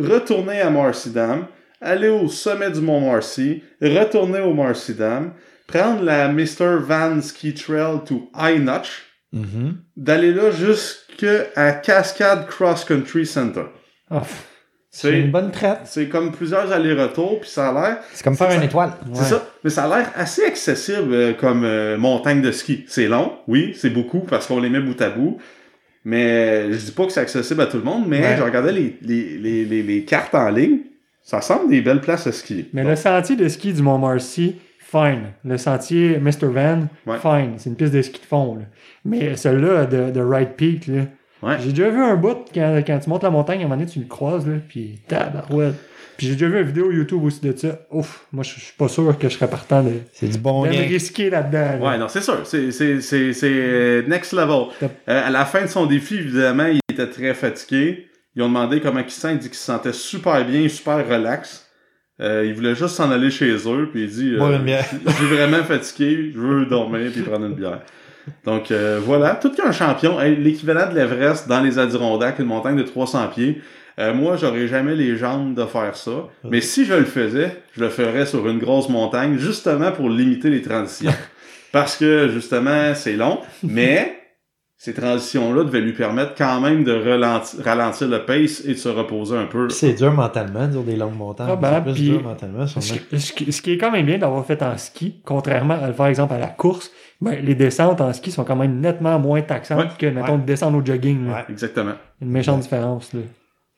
retourner à Marcy Dam, aller au sommet du Mont Marcy, retourner au Marcy Dam, prendre la Mr. Van Ski Trail to High Notch, Mhm. d'aller là jusqu'à Cascade Cross Country Center. Ah, pff, C'est une C'est, bonne traite. c'est comme plusieurs allers-retours, puis ça a l'air, C'est comme faire C'est une ça. étoile. Ouais. c'est ça, mais ça a l'air assez accessible euh, comme euh, montagne de ski. C'est long, oui, c'est beaucoup parce qu'on les met bout à bout. Mais euh, je dis pas que c'est accessible à tout le monde, mais Ouais. je regardais les, les, les, les, les cartes en ligne. Ça semble des belles places à skier. Mais le sentier de ski du Mont-Marcy, fine. Le sentier Mr. Van, Ouais. fine. C'est une piste de ski de fond. là. Mais celui-là de, de Wright Peak, là, Ouais. j'ai déjà vu un bout quand, quand tu montes la montagne, à un moment donné, tu le croises, là, puis tabarouette. Puis j'ai déjà vu une vidéo YouTube aussi de ça. Ouf, moi, je je suis pas sûr que je serais partant de, de C'est du bon me gain. risquer là-dedans. là. Ouais, non, c'est sûr. C'est, c'est, c'est, c'est euh, next level. Yep. Euh, à la fin de son défi, évidemment, il était très fatigué. Ils ont demandé comment il se sent. Il dit qu'il se sentait super bien, super relax. Euh, il voulait juste s'en aller chez eux. Puis il dit, euh, Boire une bière. (laughs) je suis vraiment fatigué, je veux dormir puis prendre une bière. Donc euh, voilà, tout qu'un champion, Hey, l'équivalent de l'Everest dans les Adirondacks, une montagne de 300 pieds. Euh, moi, j'aurais jamais les jambes de faire ça, mais si je le faisais, je le ferais sur une grosse montagne, justement pour limiter les transitions. Parce que justement, c'est long, mais ces transitions-là devaient lui permettre quand même de relenti- ralentir le pace et de se reposer un peu. Puis c'est dur mentalement, de dire des longues montagnes. Probable, c'est plus puis- dur mentalement, sûrement. Ce qui- ce qui, ce qui est quand même bien d'avoir fait en ski, contrairement à le faire, exemple, à la course, ben, les descentes en ski sont quand même nettement moins taxantes Ouais, que, mettons, de descendre au jogging. là. Ouais. Exactement. Une méchante Ouais. différence. Là.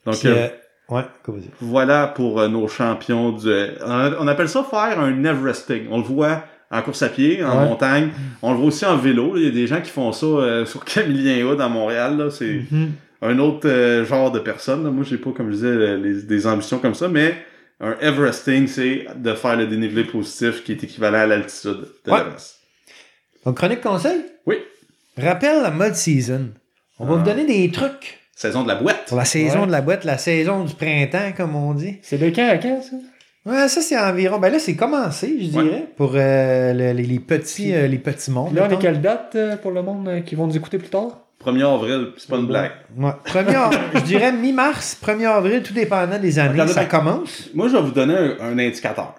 Donc Puis, euh, euh, ouais, quoi, vas-y. voilà pour euh, nos champions du. On on appelle ça faire un Everesting. On le voit en course à pied, en Ouais. montagne. On le voit aussi en vélo. Il y a des gens qui font ça euh, sur Camillien Hood à Montréal. là. C'est Mhm. un autre euh, genre de personne. là. Moi, j'ai pas, comme je disais, euh, les- des ambitions comme ça, mais un Everesting, c'est de faire le dénivelé positif qui est équivalent à l'altitude de Ouais. l'Everest. Donc, chronique conseil? Oui. Rappel la mode season. On va Ah. vous donner des trucs Saison de la boîte. pour la saison Ouais. de la boîte, la saison du printemps, comme on dit. C'est de quand à quand, ça? Ouais, ça, c'est environ. Ben là, c'est commencé, je Ouais. dirais, pour euh, le- les, les petits, Puis- euh, les petits mondes. Puis là, on est mettons. quelle date euh, pour le monde euh, qui vont nous écouter plus tard? 1er avril, c'est pas une blague. Ouais. Premier av- je dirais mi-mars, 1er avril, tout dépendant des années, Regardez ça bien. commence. Moi, je vais vous donner un, un indicateur.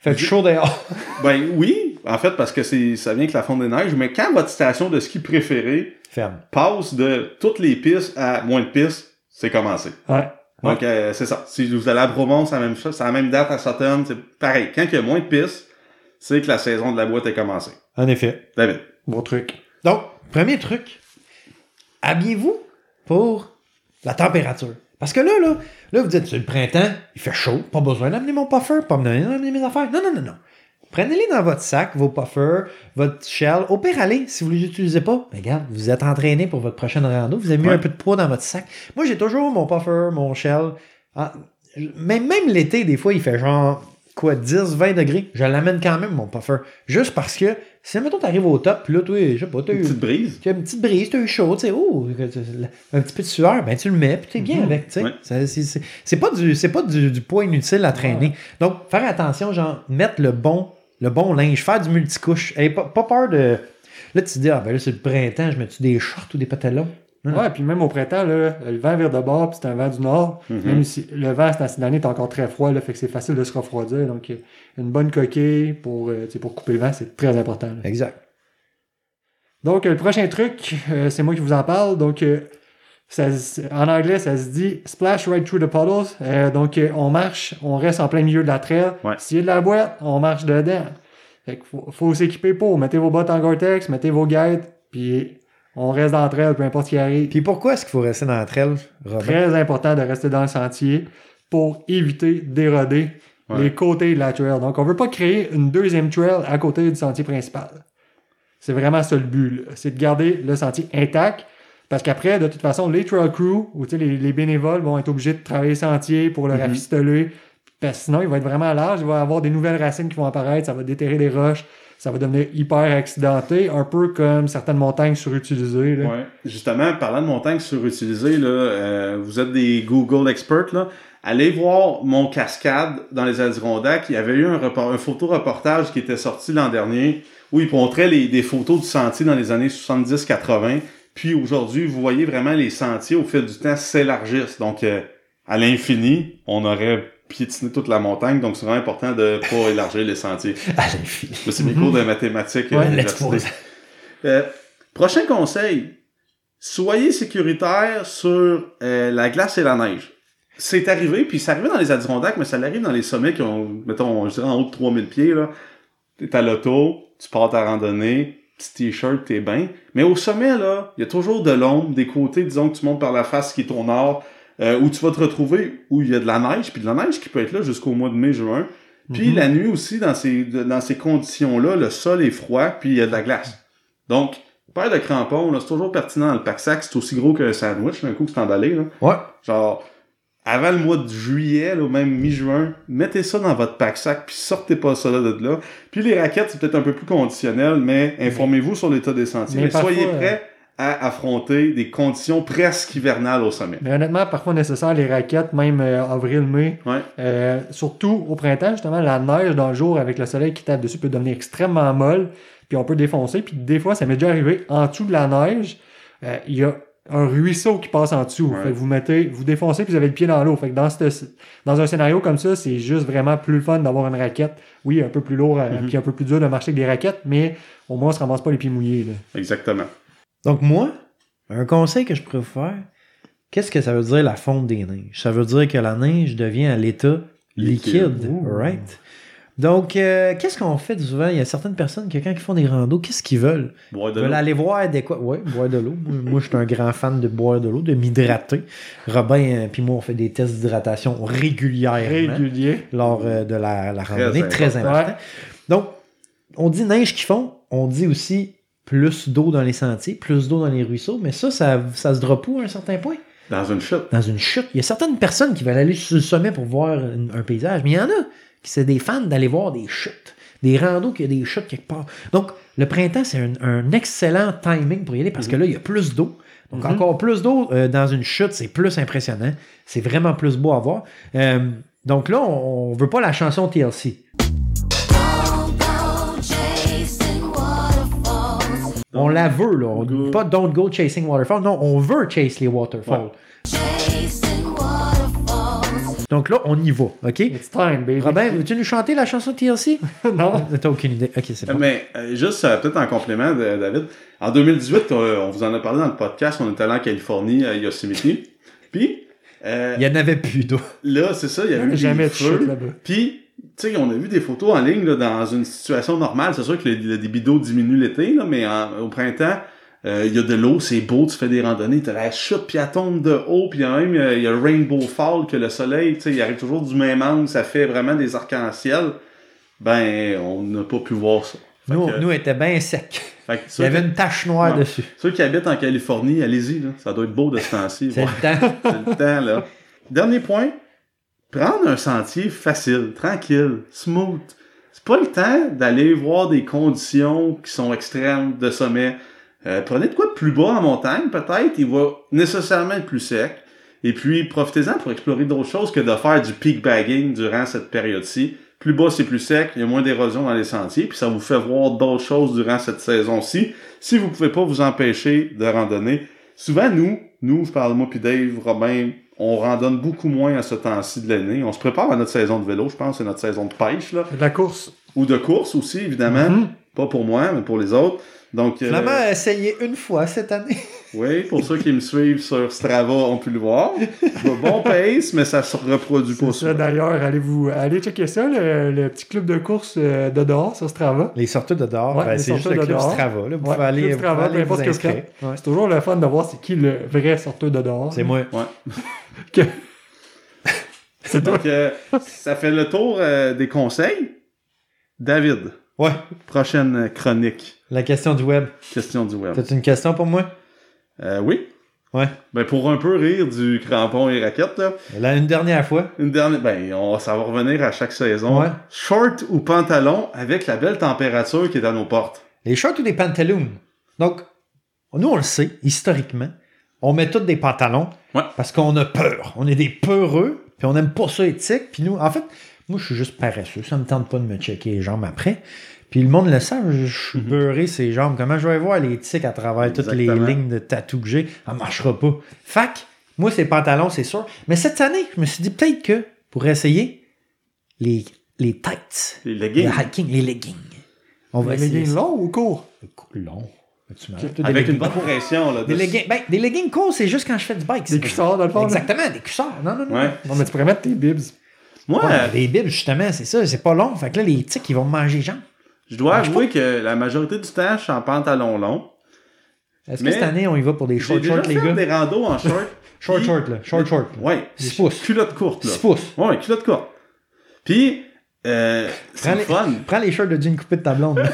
Fait que chaud dehors. Ben oui, en fait, parce que c'est ça vient que la fonte des neiges, mais quand votre station de ski préférée Ferme. passe de toutes les pistes à moins de pistes, c'est commencé. Ouais. Donc, euh, c'est ça. Si vous allez à Bromont, c'est la même chose, c'est la même date à Sutton, c'est pareil. Quand il y a moins de pistes, c'est que la saison de la boîte est commencée. En effet. David. Bon truc. Donc, premier truc, habillez-vous pour la température. Parce que là, là, là, vous dites, c'est le printemps, il fait chaud, pas besoin d'amener mon puffer, pas besoin d'amener mes affaires. Non, non, non, non. Prenez-les dans votre sac, vos puffers, votre shell. Au pire, allez, si vous ne les utilisez pas, ben, regarde, vous êtes entraîné pour votre prochaine rando, vous avez mis Ouais. un peu de poids dans votre sac. Moi, j'ai toujours mon puffer, mon shell. Ah, je- Mais même l'été, des fois, il fait genre, quoi, 10, 20 degrés. Je l'amène quand même, mon puffer. Juste parce que, si, mettons, t'arrives au top, puis là, toi, je sais pas, t'as Une eu- petite brise. tu as une petite brise, tu as eu chaud, tu sais, oh, un petit peu de sueur, ben tu le mets, puis t'es bien Mhm. avec, tu sais. Ouais. Ça, c'est- c'est- C'est pas du, c'est pas du, du poids inutile à traîner. Donc, faire attention, genre, mettre le bon, le bon linge, faire du multicouche. Hey, pas, pas peur de. Là, tu te dis, ah ben là, c'est le printemps, je mets-tu des shorts ou des pantalons? Mhm. Ouais, puis même au printemps, là, le vent vire de bord, puis c'est un vent du nord. Mhm. Même si le vent, cette année, est encore très froid, là, fait que c'est facile de se refroidir. Donc, euh, une bonne coquille pour, euh, tu sais, pour couper le vent, c'est très important. là. Exact. Donc, euh, le prochain truc, euh, c'est moi qui vous en parle. Donc, euh, ça se- en anglais, ça se dit splash right through the puddles. Euh, donc, euh, on marche, on reste en plein milieu de la trail. Ouais. S'il y a de la boîte, on marche dedans. Fait que faut, faut s'équiper pour. Mettez vos bottes en Gore-Tex, mettez vos guides, puis on reste dans la trail, peu importe ce qui arrive. Puis pourquoi est-ce qu'il faut rester dans la trail, Robin? Très important de rester dans le sentier pour éviter d'éroder Ouais. les côtés de la trail. Donc, on veut pas créer une deuxième trail à côté du sentier principal. C'est vraiment ça le but. là. C'est de garder le sentier intact. Parce qu'après, de toute façon, les trail crew ou tu sais, les, les bénévoles vont être obligés de travailler le sentier pour le Mhm. rafistoler. Parce que sinon, il va être vraiment large. Il va y avoir des nouvelles racines qui vont apparaître. Ça va déterrer des roches. Ça va devenir hyper accidenté. Un peu comme certaines montagnes surutilisées. là. Ouais. Justement, parlant de montagne surutilisée, là, euh, vous êtes des Google experts, là. Allez voir mon cascade dans les Adirondacks. Il y avait eu un, report, un photoreportage qui était sorti l'an dernier où ils montraient les, des photos du sentier dans les années 70-80. Puis aujourd'hui, vous voyez vraiment les sentiers au fil du temps s'élargissent. Donc, euh, à l'infini, on aurait piétiné toute la montagne. Donc, c'est vraiment important de pas (laughs) élargir les sentiers. Allez, fille. Là, C'est mes cours de mathématiques. euh, Ouais, à l'université. l'expose. Euh, prochain conseil. Soyez sécuritaire sur euh, la glace et la neige. C'est arrivé, puis c'est arrivé dans les Adirondacks, mais ça l'arrive dans les sommets qui ont, mettons, je dirais en haut de 3000 pieds, là. T'es à l'auto, tu pars ta randonnée, petit t-shirt, t'es bien. Mais au sommet, là, il y a toujours de l'ombre, des côtés, disons que tu montes par la face qui est au nord, euh, où tu vas te retrouver où il y a de la neige, puis de la neige qui peut être là jusqu'au mois de mai-juin. Puis Mhm. la nuit aussi, dans ces, de- dans ces conditions-là, le sol est froid, puis il y a de la glace. Donc, paire de crampons, là, c'est toujours pertinent. Le pack-sac, c'est aussi gros qu'un sandwich, un coup que c'est emballé. Là. Ouais. Genre, avant le mois de juillet, là, ou même mi-juin, mettez ça dans votre pack-sac, puis sortez pas ça là, de là. Puis les raquettes, c'est peut-être un peu plus conditionnel, mais informez-vous sur l'état des sentiers. Mais Mais soyez parfois, prêts à affronter des conditions presque hivernales au sommet. Mais honnêtement, parfois nécessaire les raquettes, même euh, avril-mai. Ouais. Euh, surtout au printemps, justement, la neige dans le jour avec le soleil qui tape dessus peut devenir extrêmement molle, puis on peut défoncer. Puis des fois, ça m'est déjà arrivé, en dessous de la neige, euh, il y a un ruisseau qui passe en dessous. Ouais. Fait que vous mettez, vous défoncez, puis vous avez le pied dans l'eau. Fait que dans, cette- dans un scénario comme ça, c'est juste vraiment plus le fun d'avoir une raquette. Oui, un peu plus lourd, euh, Mhm. puis un peu plus dur de marcher avec des raquettes, mais au moins, on se ramasse pas les pieds mouillés. là. Exactement. Donc, moi, Un conseil que je pourrais vous faire, qu'est-ce que ça veut dire la fonte des neiges? Ça veut dire que la neige devient à l'état liquide, Liquide. Ouh. right? Donc, euh, qu'est-ce qu'on fait souvent? Il y a certaines personnes qui, quand ils font des randos, qu'est-ce qu'ils veulent? Boire de Ils veulent l'eau. aller voir des quoi? Ouais, boire de l'eau. Moi, moi, je suis un grand fan de boire de l'eau, de m'hydrater. Robin euh, puis moi, on fait des tests d'hydratation régulièrement Régulier. lors euh, de la, la Très randonnée. Très important. important. Donc, on dit neige qui fond, on dit aussi plus d'eau dans les sentiers, plus d'eau dans les ruisseaux, mais ça, ça, ça se drop où à un certain point? Dans une chute. Dans une chute. Il y a certaines personnes qui veulent aller sur le sommet pour voir une- un paysage, mais il y en a qui c'est des fans d'aller voir des chutes, des randos qui a des chutes quelque part. Donc, le printemps, c'est un, un excellent timing pour y aller Mm-hmm. parce que là, il y a plus d'eau. Donc, Mhm. encore plus d'eau euh, dans une chute, c'est plus impressionnant. C'est vraiment plus beau à voir. Euh, donc là, on, on veut pas la chanson TLC. On la veut, là. On- Go. Pas Don't Go Chasing Waterfall. Non, on veut chase les waterfalls. Donc là, on y va, OK? Mm-hmm. It's time, baby. Robin, veux-tu nous chanter la chanson (laughs) TLC? (laughs) non. T'as aucune idée. OK, c'est bon. Mais euh, juste euh, peut-être en complément, de- David, en 2018, euh, on vous en a parlé dans le podcast, on était allé en Californie, à Yosemite. Puis, euh, Il n'y en avait plus d'eau. là, c'est ça, il y a eu Jamais des de chute feux. là-bas. Puis, tu sais, on a vu des photos en ligne là, dans une situation normale. C'est sûr que le, le débit d'eau diminue l'été, là, mais en- au printemps, euh, il y a de l'eau, c'est beau, tu fais des randonnées, t'as la chute, puis elle tombe de haut, puis il y a même euh, il y a le Rainbow Fall, que le soleil, tu sais, il arrive toujours du même angle, ça fait vraiment des arcs-en-ciel. Ben, on n'a pas pu voir ça. Fait Nous, que- nous, elle était bien sec. fait que Il ceux, y avait qui, une tache noire Ouais. dessus. ceux qui habitent en Californie, allez-y, là, ça doit être beau de ce temps-ci. C'est voir. le temps. C'est le temps, là. Dernier point, prendre un sentier facile, tranquille, smooth. C'est pas le temps d'aller voir des conditions qui sont extrêmes de sommet. Euh, prenez de quoi de plus bas en montagne, peut-être. Il va nécessairement être plus sec. Et puis, profitez-en pour explorer d'autres choses que de faire du peak bagging durant cette période-ci. Plus bas, c'est plus sec, il y a moins d'érosion dans les sentiers, puis ça vous fait voir d'autres choses durant cette saison-ci. Si vous pouvez pas vous empêcher de randonner, souvent, nous, nous, je parle moi puis Dave, Robin, on randonne beaucoup moins à ce temps-ci de l'année. On se prépare à notre saison de vélo, je pense, c'est notre saison de pêche, là. De la course. Ou de course aussi, évidemment. Mhm. Pas pour moi, mais pour les autres. Donc, euh, Hum? Flamand a essayé une fois cette année. oui, pour ceux qui me suivent sur Strava ont pu le voir. Bon pace, mais ça se reproduit pas C'est ça, souvent. D'ailleurs, allez vous allez checker ça, le, le petit club de course euh, de dehors sur Strava. Les sorties de dehors, Ouais, ben, les c'est juste sorteurs le de club dehors. Strava. là. Vous Ouais, pouvez aller, club vous, Strava, pouvez aller peu vous importe ce que inscrire. Ouais. C'est toujours le fun de voir c'est qui le vrai sorteur de dehors. C'est moi. C'est toi. Donc, euh, ça fait le tour euh, des conseils. David, Ouais, prochaine chronique. la question du web. Question du web. T'as-tu une question pour moi? Euh, oui? Ouais. Ben, pour un peu rire du crampon et raquette, là, Là, une dernière fois. une dernière... Ben, on, ça va revenir à chaque saison. Ouais. Short ou pantalon avec la belle température qui est à nos portes. Les shorts ou des pantaloons? Donc, nous, on le sait, historiquement, on met tous des pantalons Ouais. parce qu'on a peur. On est des peureux, puis on n'aime pas ça éthique. Puis nous, en fait, moi, je suis juste paresseux. Ça me tente pas de me checker les jambes après. Puis le monde le sait, je Mhm. suis beurré ces jambes. Comment je vais voir les tics à travers toutes Exactement. les lignes de tatou que j'ai? Ça marchera pas. Fac, moi, ces pantalons, c'est sûr. Mais cette année, je me suis dit peut-être que, pour essayer, les, les tights, Les les leggings. hiking, les leggings. On va Mais essayer il est ça. long ou court? Long. Tu m'arrêtes, toi, des Avec une leggings bonne courts. pression, là. Des de- leggings, ben, des leggings courts, c'est juste quand je fais du bike. Des c'est- cuissards dans le fond. là. Exactement, des cuissards. Non, non, non. hein? Ouais. Non, mais tu pourrais mettre tes bibs. Moi, Ouais, mais les bibs, justement, c'est ça, c'est pas long. Fait que là, les tics, ils vont me manger les jambes. je dois marche avouer que la majorité du temps, je suis en pantalon long. Est-ce Mais- que cette année, on y va pour des J'ai short déjà shorts, les fait gars? des randos en (laughs) short. Short Puis- short, là. Short short. là. Ouais. Six pouces. Culotte courte, là. Six pouces. Ouais, culotte courte. Puis, euh, c'est Prends le les- fun. Prends les shorts de jean coupé de ta blonde. là.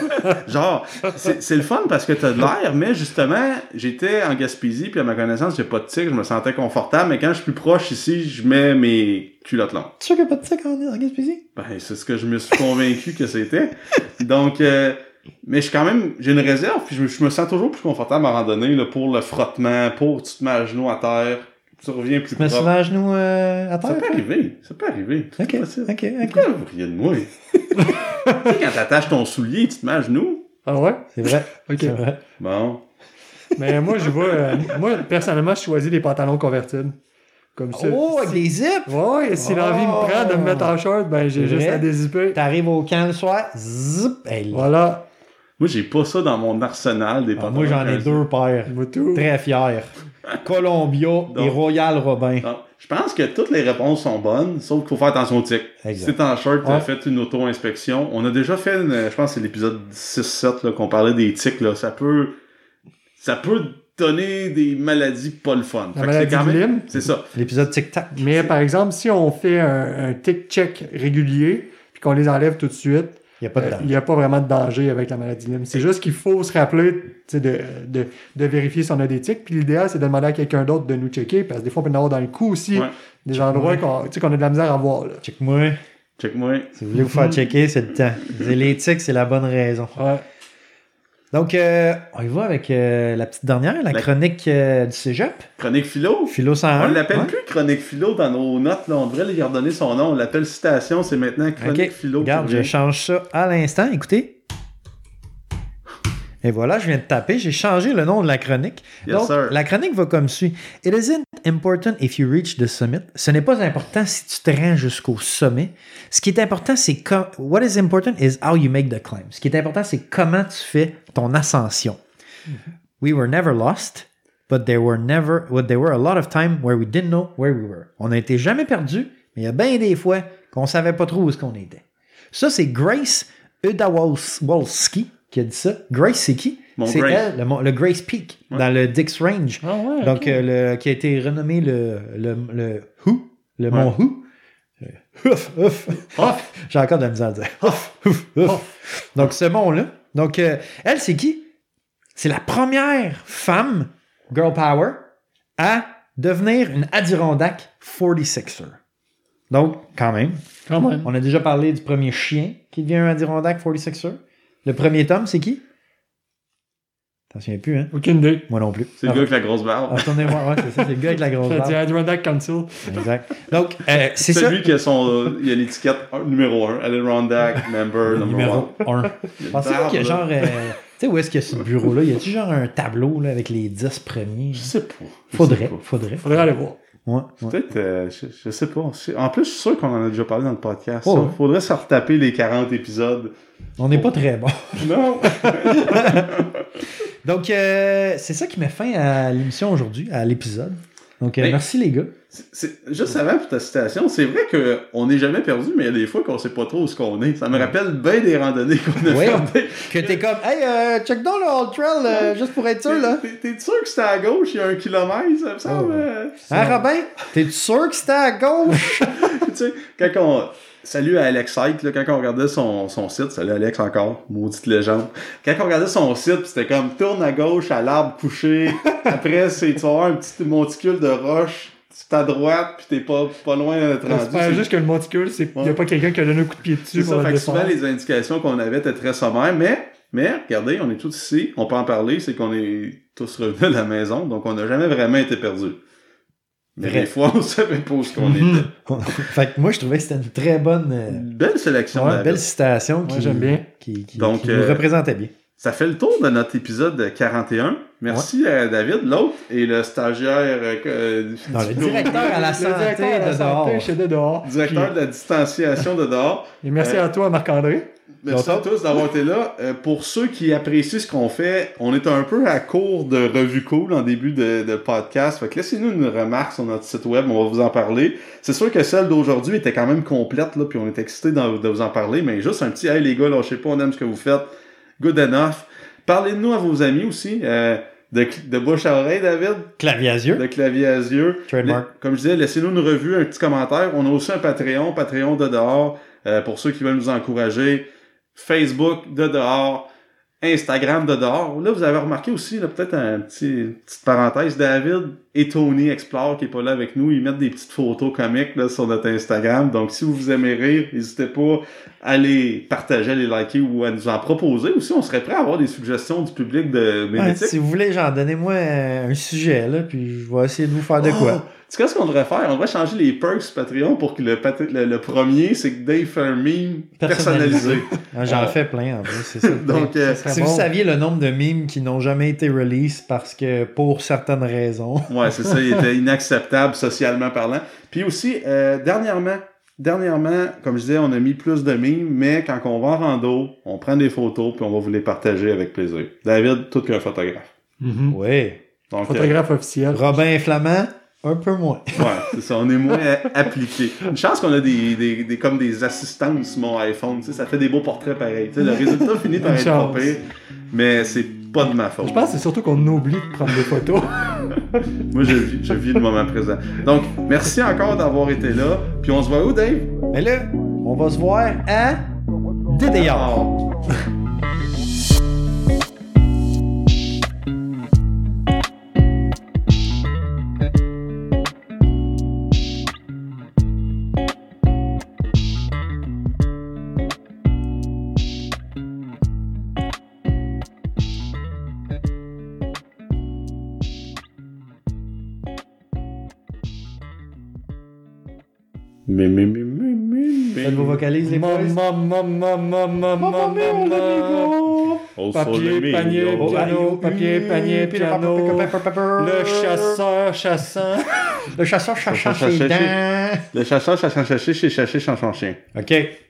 Genre, c'est c'est le fun parce que t'as de l'air, mais justement, j'étais en Gaspésie, puis à ma connaissance, j'ai pas de tic, je me sentais confortable, mais quand je suis plus proche ici, je mets mes culottes longues. T'es sûr qu'il n'y a pas de tics en en Gaspésie? Ben, c'est ce que je me suis convaincu que c'était. Donc, euh, mais je suis quand même, j'ai une réserve, puis je, me- je me sens toujours plus confortable à randonnée, là, pour le frottement, pour tu te mets à genoux à terre, tu reviens plus Tu mets souvent propre. à genoux euh, à Ça terre? peut arriver, ça peut arriver. C'est Ok, facile. ok, ok. Pourquoi vous riez (laughs) de moi? Tu sais, quand t'attaches ton soulier, tu te mets à genoux. Ah ouais? C'est vrai. Ok. C'est vrai. Bon. mais moi, je vois. euh, moi, personnellement, je choisis des pantalons convertibles. Comme ça. Oh, avec des zips! Ouais, et si l'envie me prend de me mettre en short, ben j'ai C'est juste vrai? à dézipper. T'arrives au camp le soir, zip! Hey, là. Voilà. Moi, j'ai pas ça dans mon arsenal des Ah, pantalons. moi, j'en ai casual. deux paires. Moi, tout. Très fier. Columbia et Royal Robin. Non. Ah, Je pense que toutes les réponses sont bonnes, sauf qu'il faut faire attention au tic. Exact. Si t'es en short, t'as Ouais. fait une auto-inspection. On a déjà fait, une- je pense que c'est l'épisode 6-7 là, qu'on parlait des tics. Là. Ça peut ça peut donner des maladies pas le fun. Fait que La c'est maladie quand de même- Lyme. C'est ça. L'épisode Tic-Tac. Mais par exemple, si on fait un, un tick check régulier, puis qu'on les enlève tout de suite, Il n'y a pas de euh, danger. il n'y a pas vraiment de danger avec la maladie de Lyme. C'est juste qu'il faut se rappeler tu sais, de, de, de vérifier si on a des tics. Puis l'idéal, c'est de demander à quelqu'un d'autre de nous checker, parce que des fois, on peut en avoir dans le cou aussi, Ouais. des endroits qu'on tu sais, qu'on a de la misère à voir. là. Check-moi. Check-moi. Si vous voulez vous Mm-hmm. faire checker, c'est le temps. C'est l'éthique, c'est la bonne raison. Ouais. Donc, euh, on y va avec euh, la petite dernière, la La- chronique euh, du cégep. (laughs) Chronique philo. Philo 101. On l'appelle Hein? ouais. plus chronique philo dans nos notes. Là. On devrait lui redonner son nom. On l'appelle citation. C'est maintenant Ok, chronique philo. regarde, je change ça à l'instant. Écoutez. Et voilà, je viens de taper. J'ai changé le nom de la chronique. Yes, Donc, sir. la chronique va comme suit. It isn't important if you reach the summit. Ce n'est pas important si tu te rends jusqu'au sommet. Ce qui est important, c'est co- what is important is how you make the climb. Ce qui est important, c'est comment tu fais ton ascension. We were never lost, but there were never, but there were a lot of time where we didn't know where we were. On n'a été jamais perdu, mais il y a bien des fois qu'on savait pas trop où est-ce qu'on était. Ça, c'est Grace Udawalski qui a dit ça. Grace, c'est qui? Mon c'est Grace. elle, le, mon- le Grace Peak, dans le Dix Range. Ah ouais, Donc, ok. euh, le, qui a été renommé le, le, le Who, le Mont Who. Euh, ouf, ouf. (laughs) J'ai encore de la misère à dire. Ouf, ouf, ouf. Donc, ce mont-là. Donc, euh, elle, c'est qui? C'est la première femme, girl power, à devenir une Adirondack 46er. Donc, quand même, Quand même. on a déjà parlé du premier chien qui devient un Adirondack 46er. Le premier tome, c'est qui? T'en souviens plus, hein? Aucune idée. Moi non plus. C'est le gars avec la grosse barbe. Retournez voir, ouais, c'est ça, c'est le gars avec la grosse Ça dit barbe. Adirondack Council. Exact. Donc, euh, c'est C'est ça. lui qui a son. euh, il a l'étiquette euh, numéro 1. Adirondack member number 1. Numéro 1. Pensez-vous qu'il y a genre. euh, tu sais, où est-ce que ce bureau-là, y a-tu genre un tableau là, avec les 10 premiers? Je sais pas. Je Faudrait, sais pas. faudrait. Faudrait aller voir. Ouais, ouais. Peut-être, euh, je, je sais pas. Je- En plus, je suis sûr qu'on en a déjà parlé dans le podcast. Oh, ça. ouais. Faudrait se retaper les 40 épisodes. On n'est pas très bon. Non! Donc, euh, c'est ça qui met fin à l'émission aujourd'hui, à l'épisode. Donc, euh, Hey. merci les gars. C'est- c'est- juste avant pour ta citation, c'est vrai qu'on n'est jamais perdu, mais il y a des fois qu'on sait pas trop où ce qu'on est. Ça me rappelle bien des randonnées qu'on a Ouais. fait. Que t'es comme, hey, euh, check down le Old Trail, euh, juste pour être sûr, là. T'es- T'es t'es sûr que c'était à gauche, il y a un kilomètre, ça me semble. ouais. euh, Hein, Robin? T'es sûr que c'était à gauche? (laughs) tu sais, quand on. Salut à Alex Hyde, là, quand on regardait son, son site, salut Alex encore, maudite légende. Quand on regardait son site, c'était comme tourne à gauche à l'arbre couché, après c'est tu vas avoir un petit monticule de roche, tu es à droite, puis t'es pas, pas loin d'être rendu. J'espère C'est- juste que le monticule, c'est il n'y a Ouais. pas quelqu'un qui a donné un coup de pied C'est dessus pour ça, le fait que souvent descendre. les indications qu'on avait étaient très sommaires, mais, mais regardez, on est tous ici, on peut en parler, c'est qu'on est tous revenus à la maison, donc on n'a jamais vraiment été perdus. Mais Vrai. des fois, (laughs) on savait pas où ce qu'on Mhm. (laughs) était. fait que moi, je trouvais que c'était une très bonne, euh, Une belle sélection. ouais, David. belle citation qui, Ouais, j'aime bien. qui, qui- Donc, qui nous euh, représentait bien. Ça fait le tour de notre épisode 41. Merci à David, l'autre, et le stagiaire, euh, euh, Non, le du- directeur à la Le directeur santé à la de santé, dehors. chez De Dehors. directeur de la distanciation de dehors. Et merci à toi, Marc-André. Merci à tous d'avoir été là. Euh, pour ceux qui apprécient ce qu'on fait, on est un peu à court de revues cool en début de, de podcast. Fait que laissez-nous une remarque sur notre site web, on va vous en parler. C'est sûr que celle d'aujourd'hui était quand même complète, là, puis on est excités d'en- de vous en parler, mais juste un petit « Hey les gars, là, je sais pas, on aime ce que vous faites. Good enough. » Parlez-nous à vos amis aussi. euh, de, cl- de bouche à oreille, David, Clavier à yeux. de clavier à yeux. Trademark. La- Comme je disais, laissez-nous une revue, un petit commentaire. On a aussi un Patreon, Patreon de dehors, euh, pour ceux qui veulent nous encourager. Facebook de dehors, Instagram de dehors. Là, vous avez remarqué aussi, là, peut-être un petit, une petite parenthèse, David et Tony Explore, qui est pas là avec nous, ils mettent des petites photos comiques là, sur notre Instagram. Donc, si vous aimez rire, n'hésitez pas à les partager, à les liker ou à nous en proposer. Aussi, on serait prêt à avoir des suggestions du public de Ouais, Mémétique. si vous voulez, genre, donnez-moi euh, un sujet, là, puis je vais essayer de vous faire de Oh! quoi. Tu sais ce qu'on devrait faire? On devrait changer les perks sur Patreon pour que le, pat- le, le premier, c'est que Dave fait un meme personnalisé. Personnalisé. Hein, J'en Ah. fais plein, en plus, c'est ça. le point. (laughs) Donc, euh, si vous saviez le nombre de mimes qui n'ont jamais été release parce que, pour certaines raisons, ouais, c'est ça, il était inacceptable socialement parlant. Puis aussi, euh, dernièrement, Dernièrement, comme je disais, on a mis plus de mimes, mais quand on va en rando, on prend des photos puis on va vous les partager avec plaisir. David, tout qu'un photographe. Mhm. Oui. Donc, euh, Photographe officiel. Robin Flamand, un peu moins. Ouais, c'est ça, on est moins a- appliqué. Une chance qu'on a des, des, des- comme des assistantes sur mon iPhone, tu sais, ça fait des beaux portraits pareils. Tu sais, le résultat finit par Une être chance. pas pire, mais c'est pas de ma faute. Je pense que c'est surtout qu'on oublie de prendre des photos. Moi, je vis, je vis le moment présent. Donc, merci encore d'avoir été là, puis on se voit où, Dave? Mais là, on va se voir à DDR. Oh. Mais, mais, mais, mais, mais, mais. Faites vos vocalises, (laughs) les boys. Maman, maman, maman, maman, maman. Maman, Au Papier, soleil, panier, oh. piano. papier, panier, piano. Le chasseur chassant. Le chasseur cherchant chasseur ses cherchait. dents. Le chasseur, chassant, chassé, chez chassé, chanson, chien. OK.